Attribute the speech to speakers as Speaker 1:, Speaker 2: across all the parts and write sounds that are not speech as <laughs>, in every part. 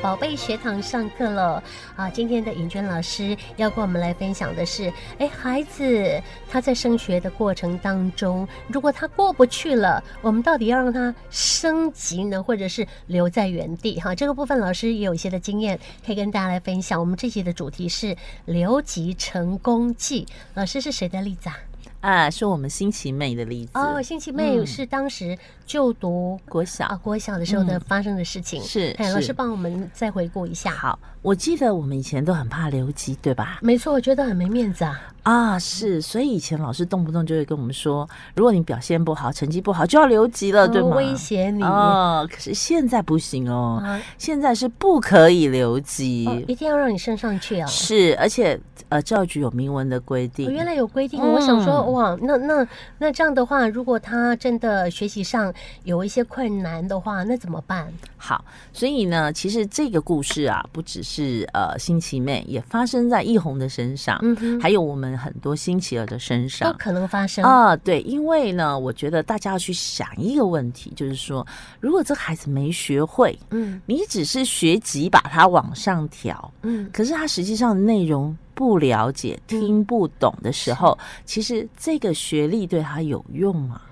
Speaker 1: 宝贝学堂上课了啊！今天的尹娟老师要跟我们来分享的是，哎，孩子他在升学的过程当中，如果他过不去了，我们到底要让他升级呢，或者是留在原地？哈，这个部分老师也有一些的经验可以跟大家来分享。我们这期的主题是留级成功记，老师是谁的例子啊？
Speaker 2: 啊，是我们新奇妹的例子
Speaker 1: 哦，辛弃妹
Speaker 2: 嗯
Speaker 1: 是当时就读
Speaker 2: 国
Speaker 1: 啊
Speaker 2: 小
Speaker 1: 国小的时候的
Speaker 2: 嗯
Speaker 1: 发生的事情。
Speaker 2: 是
Speaker 1: 哎，老
Speaker 2: 是
Speaker 1: 师帮我们再回顾一下。
Speaker 2: 好，我记得我们以前都很怕留级，对吧？
Speaker 1: 没错，我觉得很没面子啊。
Speaker 2: 啊，是，所以以前老师动不动就会跟我们说，如果你表现不好，成绩不好就要留级呃了，对
Speaker 1: 哦
Speaker 2: 吗？
Speaker 1: 威胁你、
Speaker 2: 哦，可是现在不行哦，
Speaker 1: 啊、
Speaker 2: 现在是不可以留级，
Speaker 1: 哦，一定要让你升上去啊！
Speaker 2: 是，而且呃，教育局有明文的规
Speaker 1: 我
Speaker 2: 定，
Speaker 1: 哦原来有规定，
Speaker 2: 嗯
Speaker 1: 我想说，哇，那那那这样的话，如果他真的学习上有一些困难的话，那怎么办？
Speaker 2: 好，所以呢，其实这个故事啊，不只是呃新奇妹，也发生在易红的身上，
Speaker 1: 嗯哼，
Speaker 2: 还有我们很多新奇儿的身上
Speaker 1: 都。可能发生。
Speaker 2: 啊、对，因为呢，我觉得大家要去想一个问题，就是说，如果这孩子没学会，
Speaker 1: 嗯
Speaker 2: 你只是学籍把它往上调，
Speaker 1: 嗯，
Speaker 2: 可是他实际上内容不了解、听不懂的时候，其实这个学历对他有用吗？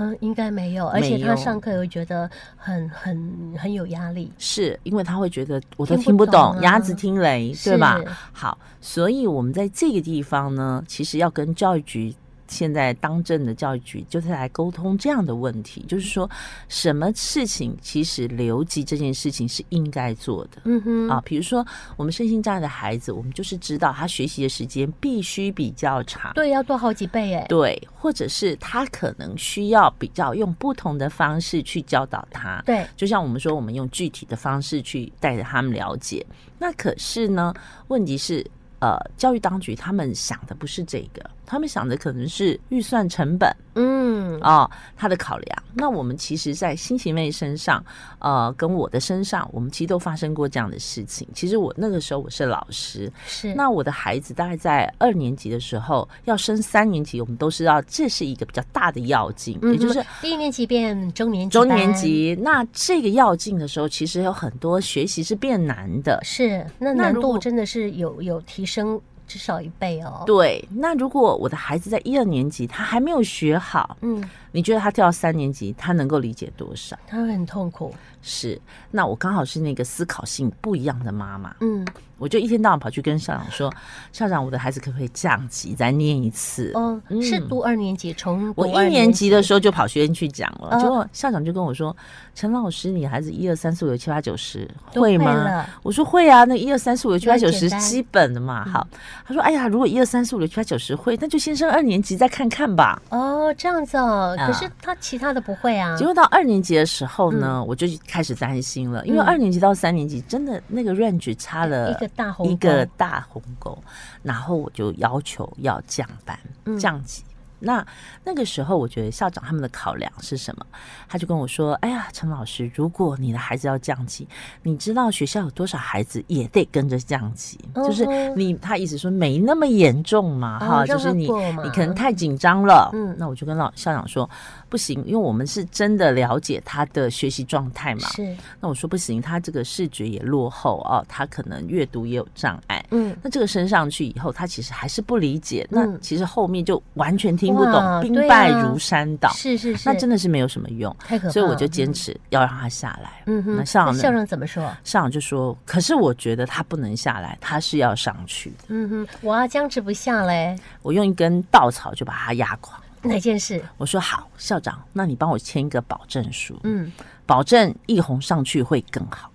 Speaker 1: 嗯，应该没有，而且
Speaker 2: 没
Speaker 1: 他
Speaker 2: 有
Speaker 1: 上课又觉得很很很有压力，
Speaker 2: 是因为他会觉得我都
Speaker 1: 听
Speaker 2: 听
Speaker 1: 不
Speaker 2: 不
Speaker 1: 懂啊
Speaker 2: 懂，鸭子听雷，对吧
Speaker 1: 是？
Speaker 2: 好，所以我们在这个地方呢，其实要跟教育局。现在当政的教育局就是来沟通这样的问题，就是说什么事情其实留级这件事情是应该做的、
Speaker 1: 嗯哼，
Speaker 2: 啊。比如说我们身心障碍的孩子，我们就是知道他学习的时间必须比较长，
Speaker 1: 对，要多好几倍哎。
Speaker 2: 对，或者是他可能需要比较用不同的方式去教导他，
Speaker 1: 对，
Speaker 2: 就像我们说，我们用具体的方式去带着他们了解。那可是呢，问题是，呃，教育当局他们想的不是这个，他们想的可能是预算成本
Speaker 1: 嗯，
Speaker 2: 哦，他的考量。那我们其实，在新奇妹身上，呃，跟我的身上，我们其实都发生过这样的事情。其实我那个时候我是老师，
Speaker 1: 是。
Speaker 2: 那我的孩子大概在二年级的时候要升三年级，我们都知道这是一个比较大的要进，
Speaker 1: 嗯
Speaker 2: 也就
Speaker 1: 哼
Speaker 2: 是
Speaker 1: 第一年级变中年级，
Speaker 2: 中年，级，那这个要进的时候，其实有很多学习是变难的。
Speaker 1: 是那
Speaker 2: 那
Speaker 1: 难
Speaker 2: 如
Speaker 1: 度
Speaker 2: 果
Speaker 1: 真的是有有提升至少一倍哦。，
Speaker 2: 对，那如果我的孩子在一二年级，他还没有学好，
Speaker 1: 嗯，
Speaker 2: 你觉得他跳到三年级，他能够理解多少？
Speaker 1: 他会很痛苦。
Speaker 2: 是，那我刚好是那个思考性不一样的妈妈，
Speaker 1: 嗯，
Speaker 2: 我就一天到晚跑去跟校长说，校长，我的孩子可不可以降级再念一次？
Speaker 1: 哦，是
Speaker 2: 嗯
Speaker 1: 读二年级，重
Speaker 2: 我
Speaker 1: 读
Speaker 2: 一
Speaker 1: 二
Speaker 2: 年级的时
Speaker 1: 候，
Speaker 2: 候就跑学院去讲了，
Speaker 1: 哦
Speaker 2: 结果校长就跟我说：“陈老师，你孩子一二三四五六七八九十
Speaker 1: 都
Speaker 2: 会吗？”
Speaker 1: 会了
Speaker 2: 我说会啊，那一二三四五六七八
Speaker 1: 那
Speaker 2: 九
Speaker 1: 很
Speaker 2: 十
Speaker 1: 简单嗯
Speaker 2: 基本的嘛。好，他说：“哎呀，如果一二三四五六七八九十会，那就先升二年级再看看吧。
Speaker 1: 哦，这样子哦。可
Speaker 2: 啊
Speaker 1: 是他其他的不会啊
Speaker 2: 结。果到二年级的时候呢，我就开始担心了，因
Speaker 1: 嗯
Speaker 2: 为二年级到三年级真的那个 range 差了
Speaker 1: 一个大鸿沟
Speaker 2: 一个大鸿沟，然后我就要求要降班、
Speaker 1: 嗯
Speaker 2: 降级。那那个时候，我觉得校长他们的考量是什么？他就跟我说：“哎呀，陈老师，如果你的孩子要降级，你知道学校有多少孩子也得跟着降级，
Speaker 1: 嗯
Speaker 2: 哦
Speaker 1: 哼
Speaker 2: 就是你他意思说没那么严重嘛，
Speaker 1: 哦
Speaker 2: 哈，
Speaker 1: 让
Speaker 2: 就是
Speaker 1: 他
Speaker 2: 你
Speaker 1: 过嘛
Speaker 2: 你可能太紧张了。
Speaker 1: 嗯
Speaker 2: 那我就跟老校长说，不行，因为我们是真的了解他的学习状态嘛。
Speaker 1: 是，
Speaker 2: 那我说不行，他这个视觉也落后哦，他可能阅读也有障碍。
Speaker 1: 嗯，
Speaker 2: 那这个升上去以后，他其实还是不理解，
Speaker 1: 嗯
Speaker 2: 那其实后面就完全听不
Speaker 1: 哇
Speaker 2: 懂，兵
Speaker 1: 对
Speaker 2: 败
Speaker 1: 啊
Speaker 2: 如山倒，
Speaker 1: 是是是，
Speaker 2: 那真的是没有什么用。
Speaker 1: 太可怕了。
Speaker 2: 所以我就坚持要让他下来。
Speaker 1: 嗯哼，
Speaker 2: 那校
Speaker 1: 那
Speaker 2: 长
Speaker 1: 校
Speaker 2: 呢
Speaker 1: 长怎么说？
Speaker 2: 校长就说：“可是我觉得他不能下来，他是要上去的。
Speaker 1: 嗯哼，我要僵持不下嘞，
Speaker 2: 我用一根稻草就把他压垮。
Speaker 1: 哪件事？
Speaker 2: 我说好，校长，那你帮我签一个保证书，
Speaker 1: 嗯，
Speaker 2: 保证易红上去会更好。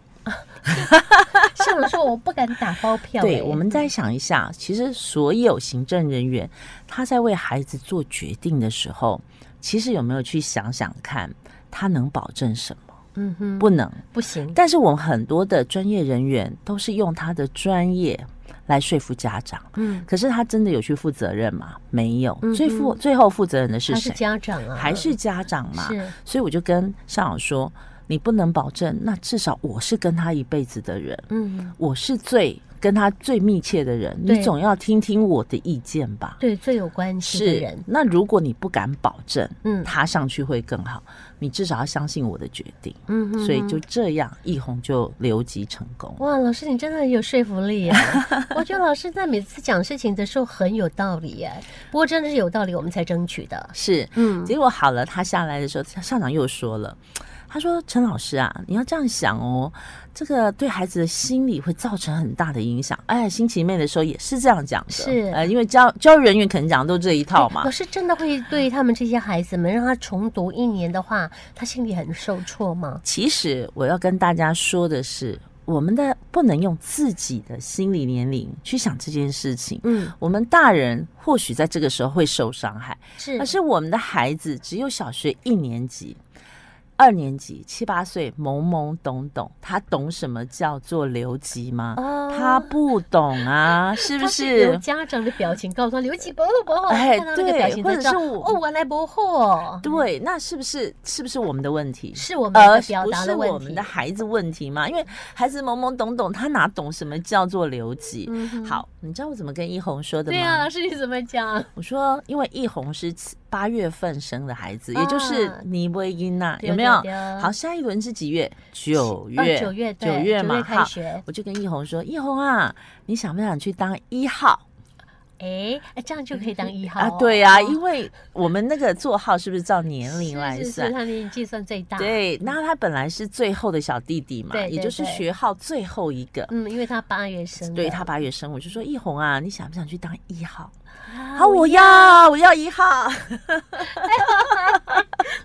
Speaker 1: 校长说我不敢打包票欸。
Speaker 2: 对，我们再想一下，其实所有行政人员他在为孩子做决定的时候，其实有没有去想想看，他能保证什么？
Speaker 1: 嗯哼
Speaker 2: 不能。
Speaker 1: 不行，
Speaker 2: 但是我们很多的专业人员都是用他的专业来说服家长，
Speaker 1: 嗯，
Speaker 2: 可是他真的有去负责任吗？没有
Speaker 1: 嗯哼。
Speaker 2: 最负最后负责任的是
Speaker 1: 他是
Speaker 2: 谁？
Speaker 1: 家长啊，
Speaker 2: 还是家长嘛？
Speaker 1: 是
Speaker 2: 所以我就跟校长说，你不能保证，那至少我是跟他一辈子的人，
Speaker 1: 嗯
Speaker 2: 我是最跟他最密切的人，
Speaker 1: 对
Speaker 2: 你总要听听我的意见吧。
Speaker 1: 对最有关系的人，
Speaker 2: 那如果你不敢保证
Speaker 1: 嗯
Speaker 2: 他上去会更好，你至少要相信我的决定。
Speaker 1: 嗯哼
Speaker 2: 所以
Speaker 1: 哼
Speaker 2: 就这样，易红就留级成功。
Speaker 1: 哇，老师你真的很有说服力啊！ <laughs> 我觉得老师在每次讲事情的时候很有道理耶。不过真的是有道理，我们才争取的。
Speaker 2: 是，
Speaker 1: 嗯，
Speaker 2: 结果好了，他下来的时候，他校长又说了，他说：“陈老师啊，你要这样想哦，这个对孩子的心理会造成很大的影响。”哎，新奇妹的时候也是这样讲的，
Speaker 1: 是
Speaker 2: 呃，因为教教育人员可能讲的都这一套
Speaker 1: <laughs>
Speaker 2: 嘛
Speaker 1: 老。师真的会对他们这些孩子们让他重读一年的话，他心里很受挫吗？
Speaker 2: 其实我要跟大家说的是，我们的不能用自己的心理年龄去想这件事情。
Speaker 1: 嗯，
Speaker 2: 我们大人或许在这个时候会受伤害，
Speaker 1: 是
Speaker 2: 可，是我们的孩子只有小学一年级、二年级、七八岁，懵懵懂懂，他懂什么叫做留级吗？
Speaker 1: 哦
Speaker 2: 他不懂
Speaker 1: <laughs>
Speaker 2: 啊，是不
Speaker 1: 他有
Speaker 2: 是？
Speaker 1: 家长的表情告诉他留几伯伯，
Speaker 2: 哎
Speaker 1: 哦看到那个
Speaker 2: 对
Speaker 1: 表情
Speaker 2: 或
Speaker 1: 才
Speaker 2: 者
Speaker 1: 知道
Speaker 2: 是我
Speaker 1: 哦，我来伯后，
Speaker 2: 对，那是不是是不是我们的问题？
Speaker 1: 是我们
Speaker 2: 而
Speaker 1: 的表
Speaker 2: 呃不
Speaker 1: 达
Speaker 2: 是
Speaker 1: 的
Speaker 2: 我
Speaker 1: 问
Speaker 2: 们
Speaker 1: 题
Speaker 2: 的。孩子问题吗？因为孩子懵懵懂懂，他哪懂什么叫做留级？
Speaker 1: 嗯哼
Speaker 2: 好，你知道我怎么跟一红说的吗？
Speaker 1: 对啊，老师你怎么讲？
Speaker 2: 我说，因为易红是八月份生的孩子，也就是
Speaker 1: 啊
Speaker 2: 尼波伊娜，
Speaker 1: 对
Speaker 2: 有没有
Speaker 1: 对对？
Speaker 2: 好，下一轮是几月？九
Speaker 1: 呃
Speaker 2: 月，
Speaker 1: 九月对
Speaker 2: 九月嘛，
Speaker 1: 开
Speaker 2: 好。
Speaker 1: 学，
Speaker 2: 我就跟易红说，易红啊，你想不想去当一号
Speaker 1: 哎，哎这样就可以当一号
Speaker 2: 啊
Speaker 1: 哦？
Speaker 2: 对呀、
Speaker 1: 哦
Speaker 2: 因为我们那个座号是不是照年龄来
Speaker 1: 是是
Speaker 2: 算
Speaker 1: 是，？他年纪算最大。，
Speaker 2: 对，那他本来是最后的小弟弟嘛，
Speaker 1: 对对
Speaker 2: 也就是
Speaker 1: 对
Speaker 2: 学号最后一个。
Speaker 1: 嗯，因为他八月生的，
Speaker 2: 对他八月生，我就说易红啊，你想不想去当一号？
Speaker 1: 啊。
Speaker 2: 好，我要，我要一号。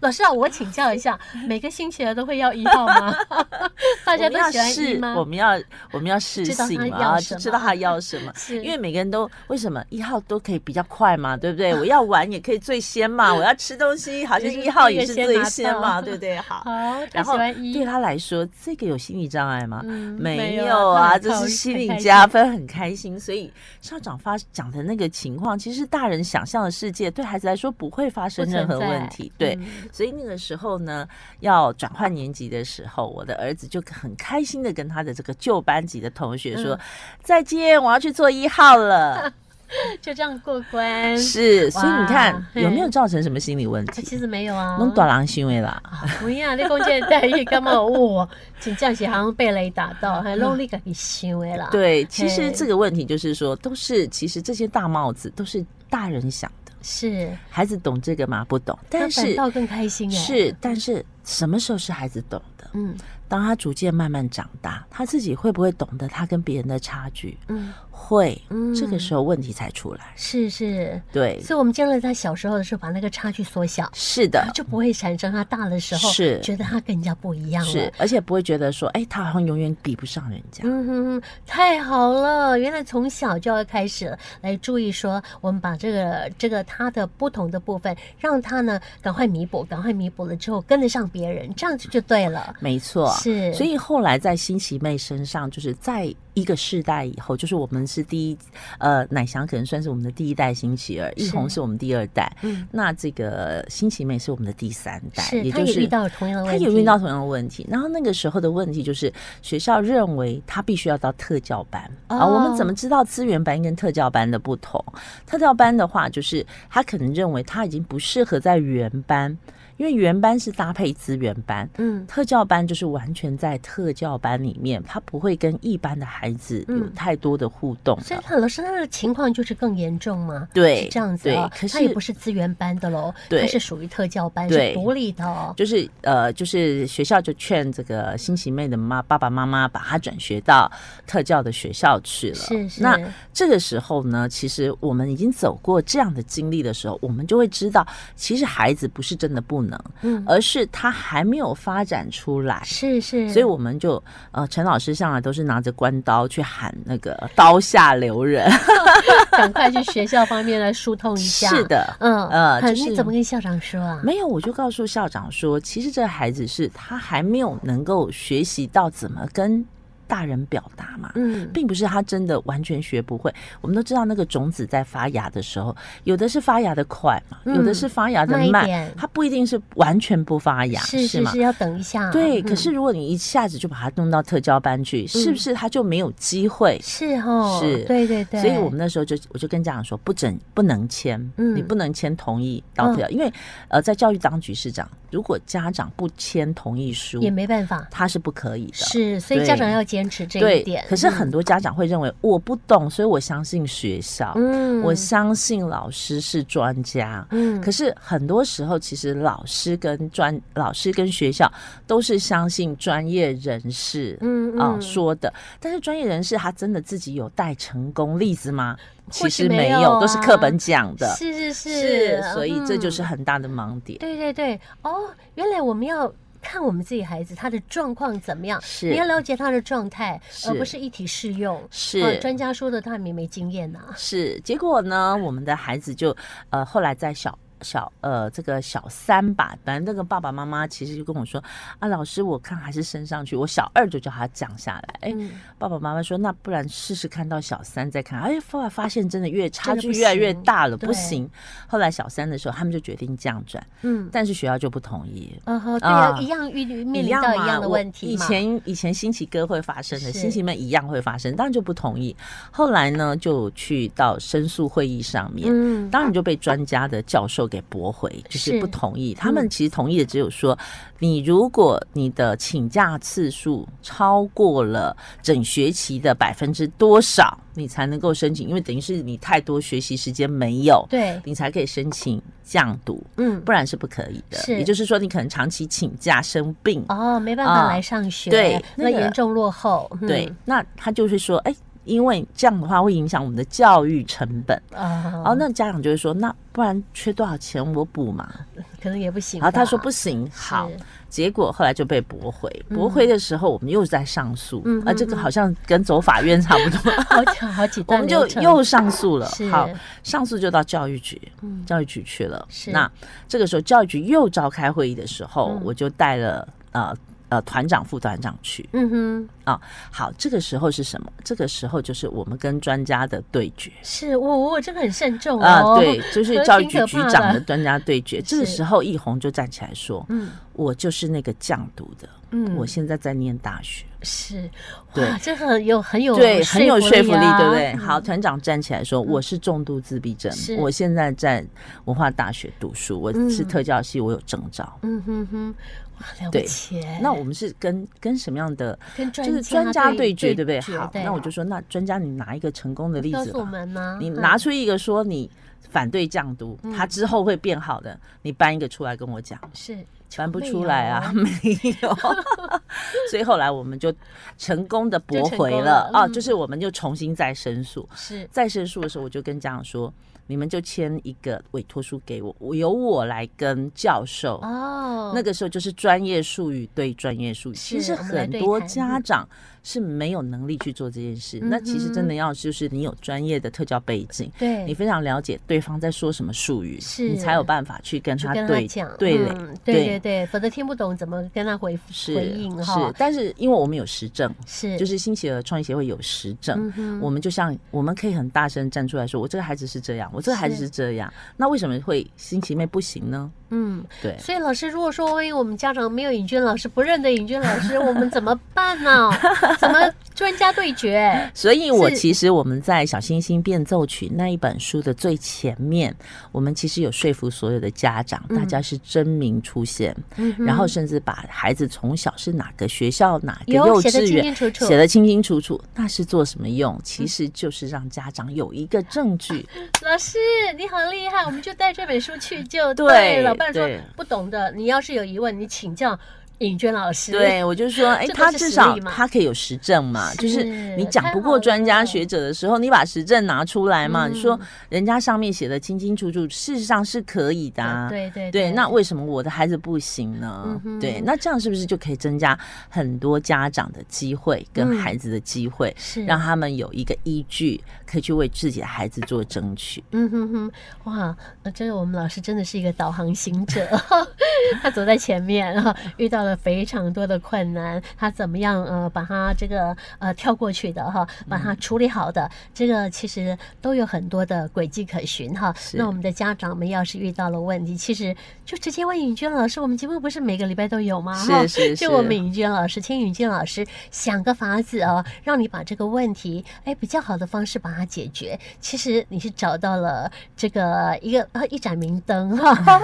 Speaker 1: 老师啊，我请教一下，每个星期儿都会要一号吗？ <laughs> 大
Speaker 2: 我
Speaker 1: 家
Speaker 2: 们
Speaker 1: 都
Speaker 2: 要
Speaker 1: 喜欢一
Speaker 2: 试，
Speaker 1: 吗？
Speaker 2: 我们要我们要试
Speaker 1: 知道他
Speaker 2: 性嘛，
Speaker 1: 要
Speaker 2: 啊
Speaker 1: 什
Speaker 2: 就
Speaker 1: 么。
Speaker 2: 知道他要什么
Speaker 1: <laughs> 是
Speaker 2: 因为每个人都为什么一号都可以比较快嘛，对不对？我要玩也可以最先嘛，我要吃东西好像
Speaker 1: 就是
Speaker 2: 一号
Speaker 1: 第一个
Speaker 2: 也是
Speaker 1: 先
Speaker 2: 最
Speaker 1: 拿
Speaker 2: 先
Speaker 1: 到
Speaker 2: 嘛，对不对？好，
Speaker 1: <laughs> 好，他
Speaker 2: 然
Speaker 1: 喜
Speaker 2: 后
Speaker 1: 欢一
Speaker 2: 对。他来说，这个有心理障碍吗？
Speaker 1: 嗯
Speaker 2: 没
Speaker 1: 没有
Speaker 2: 有
Speaker 1: 啊他
Speaker 2: 啊，
Speaker 1: 很
Speaker 2: 这
Speaker 1: 高
Speaker 2: 是心
Speaker 1: 很
Speaker 2: 理
Speaker 1: 开
Speaker 2: 加
Speaker 1: 心
Speaker 2: 分，很开心。所以校长发讲的那个情况，其实大人想象的世界对孩子来说不会发生
Speaker 1: 不
Speaker 2: 任
Speaker 1: 存
Speaker 2: 何
Speaker 1: 在
Speaker 2: 问题，对。
Speaker 1: 嗯
Speaker 2: <laughs> 所以那个时候呢，要转换年级的时候，我的儿子就很开心的跟他的这个旧班级的同学说：“
Speaker 1: 嗯
Speaker 2: 再见，我要去做一
Speaker 1: <laughs>
Speaker 2: 号了。
Speaker 1: 就这样过关”。
Speaker 2: 是，所以你看
Speaker 1: 嘿
Speaker 2: 有没有造成什么心理问
Speaker 1: 啊其
Speaker 2: 题？
Speaker 1: 实啊没有啊，
Speaker 2: 弄短狼行为啦，
Speaker 1: 不要，你讲这个待遇干嘛有我？请假时好像被雷打到，还弄你个给想的啦。，
Speaker 2: 嗯对，其
Speaker 1: 嘿
Speaker 2: 实这个问题就是说，都是其实这些大帽子都是大人想的，
Speaker 1: 是，
Speaker 2: 孩子懂这个吗？不懂，但
Speaker 1: 他反
Speaker 2: 是
Speaker 1: 倒更开心哎。，
Speaker 2: 是，但是什么时候是孩子懂的？
Speaker 1: 嗯
Speaker 2: 当他逐渐慢慢长大，他自己会不会懂得他跟别人的差距？
Speaker 1: 嗯，
Speaker 2: 会，
Speaker 1: 嗯
Speaker 2: 这个时候问题才出来。
Speaker 1: 是是。
Speaker 2: 对，
Speaker 1: 所以我们建立在小时候的时候，把那个差距缩小，
Speaker 2: 是的
Speaker 1: 他，就不会产生他大的时候
Speaker 2: 是
Speaker 1: 觉得他跟人家不一样了。
Speaker 2: 是，而且不会觉得说，哎，他好像永远比不上人家。
Speaker 1: 嗯哼哼，太好了！原来从小就要开始来注意说，我们把这个这个他的不同的部分，让他呢赶快弥补，赶快弥补了之后跟得上别人，这样子就对了。
Speaker 2: 没错，
Speaker 1: 是
Speaker 2: 所以后来在新奇妹身上，就是在一个世代以后，就是我们是第一，呃，奶翔可能算是我们的第一代新奇儿，一红是我们第二代，
Speaker 1: 嗯，
Speaker 2: 那这个新奇妹是我们的第三代，
Speaker 1: 是
Speaker 2: 也
Speaker 1: 他
Speaker 2: 就
Speaker 1: 也
Speaker 2: 是
Speaker 1: 遇到同样的
Speaker 2: 他
Speaker 1: 问题
Speaker 2: 也遇到同样的问题。然后那个时候的问题就是，学校认为他必须要到特教班啊、
Speaker 1: 哦
Speaker 2: 我们怎么知道资源班跟特教班的不同？特教班的话，就是他可能认为他已经不适合在原班，因为原班是搭配资源班。
Speaker 1: 嗯
Speaker 2: 特教班就是完全在特教班里面，他不会跟一般的孩子有
Speaker 1: 嗯
Speaker 2: 太多的互动
Speaker 1: 所以
Speaker 2: 了。
Speaker 1: 他老师他的情况就是更严重吗？
Speaker 2: 对
Speaker 1: 是这样子啊、
Speaker 2: 对可是
Speaker 1: 他也不是资源班的喽，
Speaker 2: 对
Speaker 1: 他是属于特教班，
Speaker 2: 对
Speaker 1: 是独立的哦。
Speaker 2: 就是呃，就是学校就劝这个新奇妹的妈爸爸妈妈把她转学到特教的学校去了。
Speaker 1: 是是
Speaker 2: 那这个时候呢，其实我们已经走过这样的经历的时候，我们就会知道，其实孩子不是真的不能，
Speaker 1: 嗯，
Speaker 2: 而是他还没有发展出来。
Speaker 1: 是是，
Speaker 2: 所以我们就呃，陈老师向来都是拿着关刀去喊那个刀下留人。
Speaker 1: <laughs> 赶快去学校方面来疏通一下。
Speaker 2: 是，的，
Speaker 1: 嗯
Speaker 2: 呃
Speaker 1: 可
Speaker 2: 就是
Speaker 1: 你怎么跟校长说啊？
Speaker 2: 没有，我就告诉校长说，其实这个孩子是他还没有能够学习到怎么跟大人表达嘛，
Speaker 1: 嗯，
Speaker 2: 并不是他真的完全学不会。我们都知道那个种子在发芽的时候，有的是发芽的快嘛，
Speaker 1: 嗯
Speaker 2: 有的是发芽的
Speaker 1: 慢一
Speaker 2: 慢
Speaker 1: 点，
Speaker 2: 它不一定是完全不发芽，
Speaker 1: 是是
Speaker 2: 吗
Speaker 1: 是？要等一下，
Speaker 2: 对，
Speaker 1: 嗯
Speaker 2: 可是如果你一下子就把它弄到特教班去，是不是他就没有机会？
Speaker 1: 是哦，
Speaker 2: 是
Speaker 1: 对对对，
Speaker 2: 所以我们那时候就我就跟家长说，不准不能签，
Speaker 1: 嗯
Speaker 2: 你不能签同意到特教，因为呃，在教育当局是这样，如果家长不签同意书，
Speaker 1: 也没办法，
Speaker 2: 他是不可以的。
Speaker 1: 是，所以
Speaker 2: 对
Speaker 1: 家长要坚持这一
Speaker 2: 对
Speaker 1: 点，。嗯
Speaker 2: 可是很多家长会认为我不懂，所以我相信学校，
Speaker 1: 嗯，
Speaker 2: 我相信老师是专家。
Speaker 1: 嗯，
Speaker 2: 可是很多时候，其实老师跟专老师跟学校都是相信专业人士啊、
Speaker 1: 嗯嗯
Speaker 2: 说的，但是专业人士他真的自己有带成功例子吗？
Speaker 1: 或
Speaker 2: 其
Speaker 1: 许
Speaker 2: 实没
Speaker 1: 没有啊
Speaker 2: 都是课本讲的，
Speaker 1: 是是是
Speaker 2: 是，所以这就是
Speaker 1: 嗯
Speaker 2: 很大的盲点。
Speaker 1: 对对对，哦，原来我们要。看我们自己孩子他的状况怎么样，
Speaker 2: 是
Speaker 1: 你要了解他的状态，
Speaker 2: 是
Speaker 1: 而不是一体适用。
Speaker 2: 是
Speaker 1: 哦专家说的，他们也没经验呐、
Speaker 2: 是，结果呢，我们的孩子就呃后来在小。小呃，这个小三吧，反正那个爸爸妈妈其实就跟我说啊，老师，我看还是升上去。我小二就叫他降下来，哎、
Speaker 1: 嗯，
Speaker 2: 爸爸妈妈说，那不然试试看到小三再看。哎，后来发现真的越
Speaker 1: 真
Speaker 2: 差
Speaker 1: 的
Speaker 2: 距
Speaker 1: 不
Speaker 2: 越来越
Speaker 1: 行
Speaker 2: 大了，
Speaker 1: 对
Speaker 2: 不行。后来小三的时候，他们就决定降转，
Speaker 1: 嗯，
Speaker 2: 但是学校就不同意。
Speaker 1: 嗯哼，对啊，
Speaker 2: 啊
Speaker 1: 一样遇面临到
Speaker 2: 嘛
Speaker 1: 一样的
Speaker 2: 我
Speaker 1: 问题
Speaker 2: 以
Speaker 1: 嘛。
Speaker 2: 前以前星期哥会发生的，
Speaker 1: 是
Speaker 2: 星期妹一样会发生，当然就不同意。后来呢，就去到申诉会议上面，
Speaker 1: 嗯，
Speaker 2: 当然就被专家的教授给驳回，就是
Speaker 1: 是
Speaker 2: 不同意。他们其实同意的只有说，你如果你的请假次数超过了整学期的百分之多少，你才能够申请，因为等于是你太多学习时间没有，
Speaker 1: 对，
Speaker 2: 你才可以申请降读，
Speaker 1: 嗯，
Speaker 2: 不然是不可以的。
Speaker 1: 是
Speaker 2: 也就是说，你可能长期请假生病，
Speaker 1: 哦，没办法
Speaker 2: 啊
Speaker 1: 来上学，
Speaker 2: 对
Speaker 1: 那
Speaker 2: 那个
Speaker 1: 严重落后，嗯
Speaker 2: 对，，那他就是说，哎、因为这样的话会影响我们的教育成本，
Speaker 1: 啊，
Speaker 2: 然后那家长就会说，那不然缺多少钱我补嘛？
Speaker 1: 可能也不行
Speaker 2: 然
Speaker 1: 吧。
Speaker 2: 后他说不行，好
Speaker 1: 啊是，
Speaker 2: 结果后来就被驳回。驳回的时候，我们又在上诉
Speaker 1: 嗯，
Speaker 2: 啊，
Speaker 1: 嗯
Speaker 2: 这个好像跟走法院差不
Speaker 1: <laughs>
Speaker 2: 多，
Speaker 1: 好几好几
Speaker 2: 我
Speaker 1: 段
Speaker 2: 们就
Speaker 1: 流程
Speaker 2: 又上诉了
Speaker 1: 是。
Speaker 2: 好，上诉就到教育局，
Speaker 1: 嗯
Speaker 2: 教育局去了
Speaker 1: 是。
Speaker 2: 那这个时候教育局又召开会议的时候
Speaker 1: 嗯，
Speaker 2: 我就带了呃呃团长、副团长去。
Speaker 1: 嗯哼，
Speaker 2: 好，这个时候是什么？这个时候就是我们跟专家的对决。
Speaker 1: 是我我这个很慎重
Speaker 2: 啊、
Speaker 1: 哦，
Speaker 2: 对，就是
Speaker 1: 可
Speaker 2: 教育
Speaker 1: 挺
Speaker 2: 局
Speaker 1: 可
Speaker 2: 局
Speaker 1: 怕
Speaker 2: 长的
Speaker 1: 的
Speaker 2: 专家对
Speaker 1: <laughs>
Speaker 2: 决。这个
Speaker 1: 是
Speaker 2: 时候，易红就站起来说：“
Speaker 1: 嗯
Speaker 2: 我就是那个降读的，
Speaker 1: 嗯，
Speaker 2: 我现在在念大学，
Speaker 1: 是哇，
Speaker 2: 对
Speaker 1: 这很有很有
Speaker 2: 对，很有说服力，
Speaker 1: 啊
Speaker 2: 对不对？？好，团长站起来说，我是重度自闭症
Speaker 1: 嗯是，
Speaker 2: 我现在在文化大学读书，我是
Speaker 1: 嗯
Speaker 2: 特教系，我有证照。
Speaker 1: 嗯哼哼，哇，了不
Speaker 2: 对
Speaker 1: 起耶！
Speaker 2: 那我们是跟跟什么样的？
Speaker 1: 跟
Speaker 2: 就
Speaker 1: 哎专
Speaker 2: 是专家对决，对
Speaker 1: 对
Speaker 2: 不对？好，那我就
Speaker 1: 说
Speaker 2: 说，那专家你拿一个成功的例
Speaker 1: 告
Speaker 2: 子
Speaker 1: 诉我
Speaker 2: 吧，
Speaker 1: 们呢，
Speaker 2: 你
Speaker 1: 嗯
Speaker 2: 拿出一个说你反对降读，他之后会变好的，你搬一个出来跟我讲。
Speaker 1: 是
Speaker 2: 搬不出来啊，， <laughs> 没
Speaker 1: <laughs>
Speaker 2: 有，所以后来我们就成功的驳回
Speaker 1: 就成功了
Speaker 2: 了啊，
Speaker 1: 嗯
Speaker 2: 就是我们又重新再申诉，
Speaker 1: 是
Speaker 2: 再申诉的时候，我就跟家长说，你们就签一个委托书给我，我由我来跟教授。
Speaker 1: 哦，
Speaker 2: 那个时候就是专业术语对专业术语，
Speaker 1: 是
Speaker 2: 其实
Speaker 1: 我们来
Speaker 2: 很
Speaker 1: 对
Speaker 2: 多
Speaker 1: 谈
Speaker 2: 家长是没有能力去做这件事。
Speaker 1: 嗯
Speaker 2: 那其实真
Speaker 1: 哼
Speaker 2: 的要就是你有专业的特教背景，
Speaker 1: 对
Speaker 2: 你非常了解对方在说什么术语，
Speaker 1: 是
Speaker 2: 你才有办法去跟他
Speaker 1: 跟他
Speaker 2: 对
Speaker 1: 讲，
Speaker 2: 对垒
Speaker 1: 嗯对对对，否则听不懂怎么跟他回
Speaker 2: 是
Speaker 1: 回应哈
Speaker 2: 是，，但是因为我们有实证，
Speaker 1: 是
Speaker 2: 就是新企鹅创业协会有实证
Speaker 1: 嗯，哼
Speaker 2: 我们就像我们可以很大声站出来说，我这个孩子是这样，我这个孩子
Speaker 1: 是
Speaker 2: 是这样，那为什么会新奇妹不行呢？
Speaker 1: 嗯，
Speaker 2: 对，
Speaker 1: 所以老师，如果说万一我们家长没有尹娟老师，不认得尹娟老师，我们怎么办
Speaker 2: <laughs>
Speaker 1: 呢？怎么专家对决？
Speaker 2: 所以我
Speaker 1: 是
Speaker 2: 其实我们在《小星星变奏曲》那一本书的最前面，我们其实有说服所有的家长，
Speaker 1: 嗯
Speaker 2: 大家是真名出现，
Speaker 1: 嗯哼
Speaker 2: 然后甚至把孩子从小是哪个学校、哪个
Speaker 1: 有
Speaker 2: 幼
Speaker 1: 写得
Speaker 2: 稚
Speaker 1: 清
Speaker 2: 园
Speaker 1: 清楚楚嗯
Speaker 2: 写得清清楚楚，那是做什么用？其实就是让家长有一个证据。
Speaker 1: 老师你好厉害，我们就带这本书去就
Speaker 2: 对
Speaker 1: 对了。不然说
Speaker 2: 对
Speaker 1: 不懂的，你要是有疑问，你请教尹娟老师。
Speaker 2: 对，我
Speaker 1: <laughs>
Speaker 2: 就说，哎，
Speaker 1: 这都
Speaker 2: 他
Speaker 1: 是
Speaker 2: 至
Speaker 1: 实
Speaker 2: 少
Speaker 1: 力嘛
Speaker 2: 他可以有实证嘛，就是
Speaker 1: 是
Speaker 2: 你讲
Speaker 1: 太
Speaker 2: 不
Speaker 1: 好
Speaker 2: 过
Speaker 1: 了
Speaker 2: 专家学者的时候，你把实证拿出来嘛，
Speaker 1: 嗯
Speaker 2: 你说人家上面写的清清楚楚，事实上是可以的、啊。
Speaker 1: 对对
Speaker 2: 对，那为什么我的孩子不行呢
Speaker 1: 嗯？哼
Speaker 2: 对，那这样是不是就可以增加很多家长的机会跟
Speaker 1: 嗯
Speaker 2: 孩子的机会，
Speaker 1: 是
Speaker 2: 让他们有一个依据，可以去为自己的孩子做争取？
Speaker 1: 嗯哼哼，哇， <laughs> 呃，真的，我们老师真的是一个导航行者，他走在前面，然后遇到了了非常多的困难，他怎么样呃把他这个呃跳过去的哈，把它处理好的，这个其实都有很多的轨迹可循哈。那我们的家长们要是遇到了问题，其实就直接问尹娟老师，我们节目不是每个礼拜都有吗？哈
Speaker 2: 是是是，
Speaker 1: 就我们尹娟老师，请尹娟老师想个法子哦，让你把这个问题，哎，比较好的方式把它解决。其实你是找到了这个一个啊一盏明灯
Speaker 2: <laughs>
Speaker 1: 哈，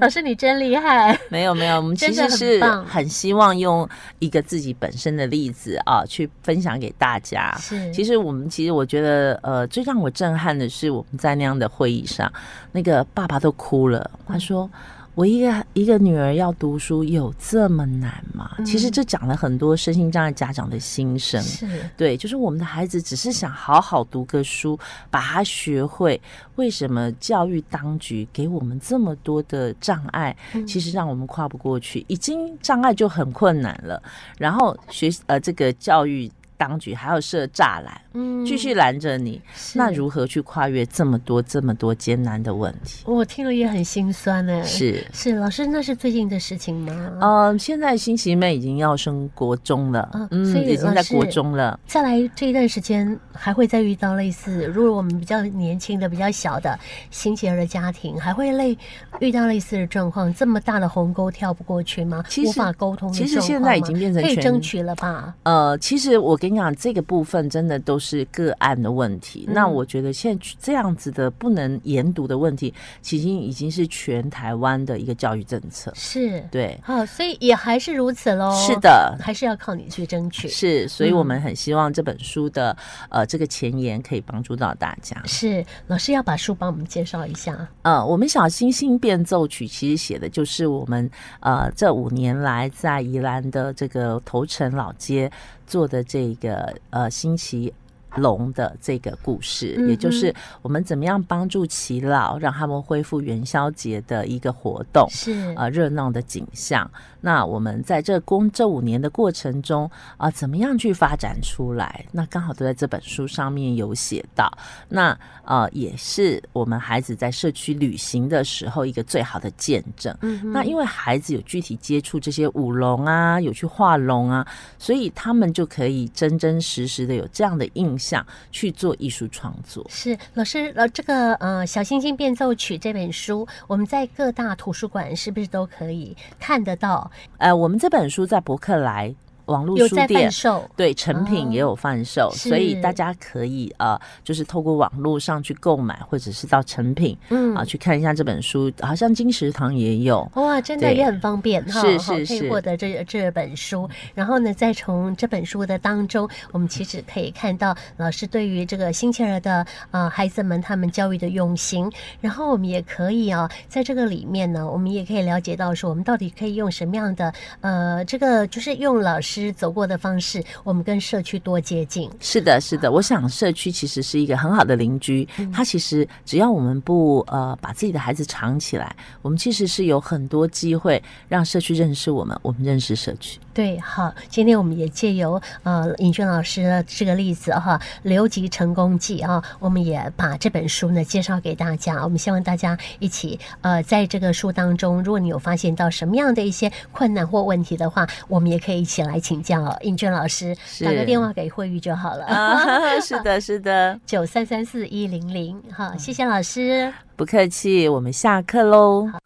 Speaker 1: 老师你真厉害，
Speaker 2: 没有没有，我们其
Speaker 1: 真的
Speaker 2: 实
Speaker 1: 很
Speaker 2: 是
Speaker 1: 棒
Speaker 2: 很希望用一个自己本身的例子啊，去分享给大家。
Speaker 1: 是，
Speaker 2: 啊其
Speaker 1: 实
Speaker 2: 实我们其实我觉得，呃，最让我震撼的是我们在那样的会议上，那个爸爸都哭了。他说：“我一个一个女儿要读书有这么难吗？”
Speaker 1: 嗯
Speaker 2: 其实这讲了很多身心障碍家长的心声。
Speaker 1: 是
Speaker 2: 对，就是我们的孩子只是想好好读个书，把它学会。为什么教育当局给我们这么多的障碍？
Speaker 1: 嗯
Speaker 2: 其实让我们跨不过去，已经障碍就很困难了。然后学呃，这个教育当局还要设栅栏，
Speaker 1: 嗯
Speaker 2: 继续拦着你。
Speaker 1: 是
Speaker 2: 那如何去跨越这么多这么多艰难的问题？
Speaker 1: 我听了也很心酸呢。
Speaker 2: 是。
Speaker 1: 是，老师那是最近的事情吗？
Speaker 2: 嗯、现在新奇妹已经要升国中了，
Speaker 1: 嗯
Speaker 2: 嗯，
Speaker 1: 所以
Speaker 2: 已经
Speaker 1: 老
Speaker 2: 在
Speaker 1: 师
Speaker 2: 国中了。
Speaker 1: 再来这一段时间，还会再遇到类似，如果我们比较年轻的、比较小的新结儿的家庭，还会类遇到类似的状况，这么大的鸿沟跳不过去吗？
Speaker 2: 其实
Speaker 1: 无法沟通的
Speaker 2: 其实
Speaker 1: 状况
Speaker 2: 现在已
Speaker 1: 吗
Speaker 2: 经变成
Speaker 1: 可以
Speaker 2: 全
Speaker 1: 争取了吧？
Speaker 2: 呃，其实我跟你讲，这个部分真的都是个案的问题。那
Speaker 1: 嗯
Speaker 2: 我觉得现在这样子的不能研读的问题，其实已经是全台湾的一个教育政策。
Speaker 1: 是，
Speaker 2: 对，
Speaker 1: 好，啊所以也还是如此喽。
Speaker 2: 是，的。
Speaker 1: 还是要靠你去争取。
Speaker 2: 是，所以我们很希望这本书的、呃这个前言可以帮助到大家。
Speaker 1: 是，老师要把书帮我们介绍一下。
Speaker 2: 呃，我们小星星变奏曲其实写的就是我们呃这五年来在宜兰的这个头城老街做的这个呃星期。龙的这个故事，
Speaker 1: 嗯哼
Speaker 2: 也就是我们怎么样帮助耆老，让他们恢复元宵节的一个活动，
Speaker 1: 是，
Speaker 2: 呃，热闹的景象。那我们在这工这五年的过程中啊、怎么样去发展出来？那刚好都在这本书上面有写到。那呃，也是我们孩子在社区旅行的时候一个最好的见证。
Speaker 1: 嗯哼
Speaker 2: 那因为孩子有具体接触这些舞龙啊，有去画龙啊，所以他们就可以真真实实的有这样的印象去做艺术创作。
Speaker 1: 是老师，呃，这个呃《小星星变奏曲》这本书，我们在各大图书馆是不是都可以看得到？
Speaker 2: 呃，我们这本书在博客来网络
Speaker 1: 有
Speaker 2: 书
Speaker 1: 在贩
Speaker 2: 店
Speaker 1: 售，
Speaker 2: 对，成品也有贩售，
Speaker 1: 哦是
Speaker 2: 所以大家可以呃，就是透过网络上去购买，或者是到成品
Speaker 1: 嗯
Speaker 2: 啊、，去看一下这本书，好像金石堂也有。
Speaker 1: 哇，真的
Speaker 2: 对
Speaker 1: 也很方便哈，
Speaker 2: 是
Speaker 1: 哈
Speaker 2: 是
Speaker 1: 可以
Speaker 2: 是
Speaker 1: 获得这这本书。然后呢，再从这本书的当中，我们其实可以看到老师对于这个星期儿的呃孩子们他们教育的用心。然后我们也可以啊，在这个里面呢，我们也可以了解到说，我们到底可以用什么样的呃，这个就是用老师走过的方式，我们跟社区多接近。
Speaker 2: 是的，是
Speaker 1: 嗯
Speaker 2: 的，我想社区其实是一个很好的邻居，他其实只要我们不呃把自己的孩子藏起来，我们其实是有很多机会让社区认识我们，我们认识社
Speaker 1: <laughs>
Speaker 2: 区。 <laughs>
Speaker 1: 对，好，今天我们也借由呃尹娟老师的这个例子哈，《留级成功记》啊，我们也把这本书呢介绍给大家。我们希望大家一起呃，在这个书当中，如果你有发现到什么样的一些困难或问题的话，我们也可以一起来请教尹娟老师，
Speaker 2: 是
Speaker 1: 打个电话给慧玉就好了。
Speaker 2: 啊，是的，是的，
Speaker 1: 九三三四一零零，好，谢谢老师。
Speaker 2: 不客气，我们下课喽。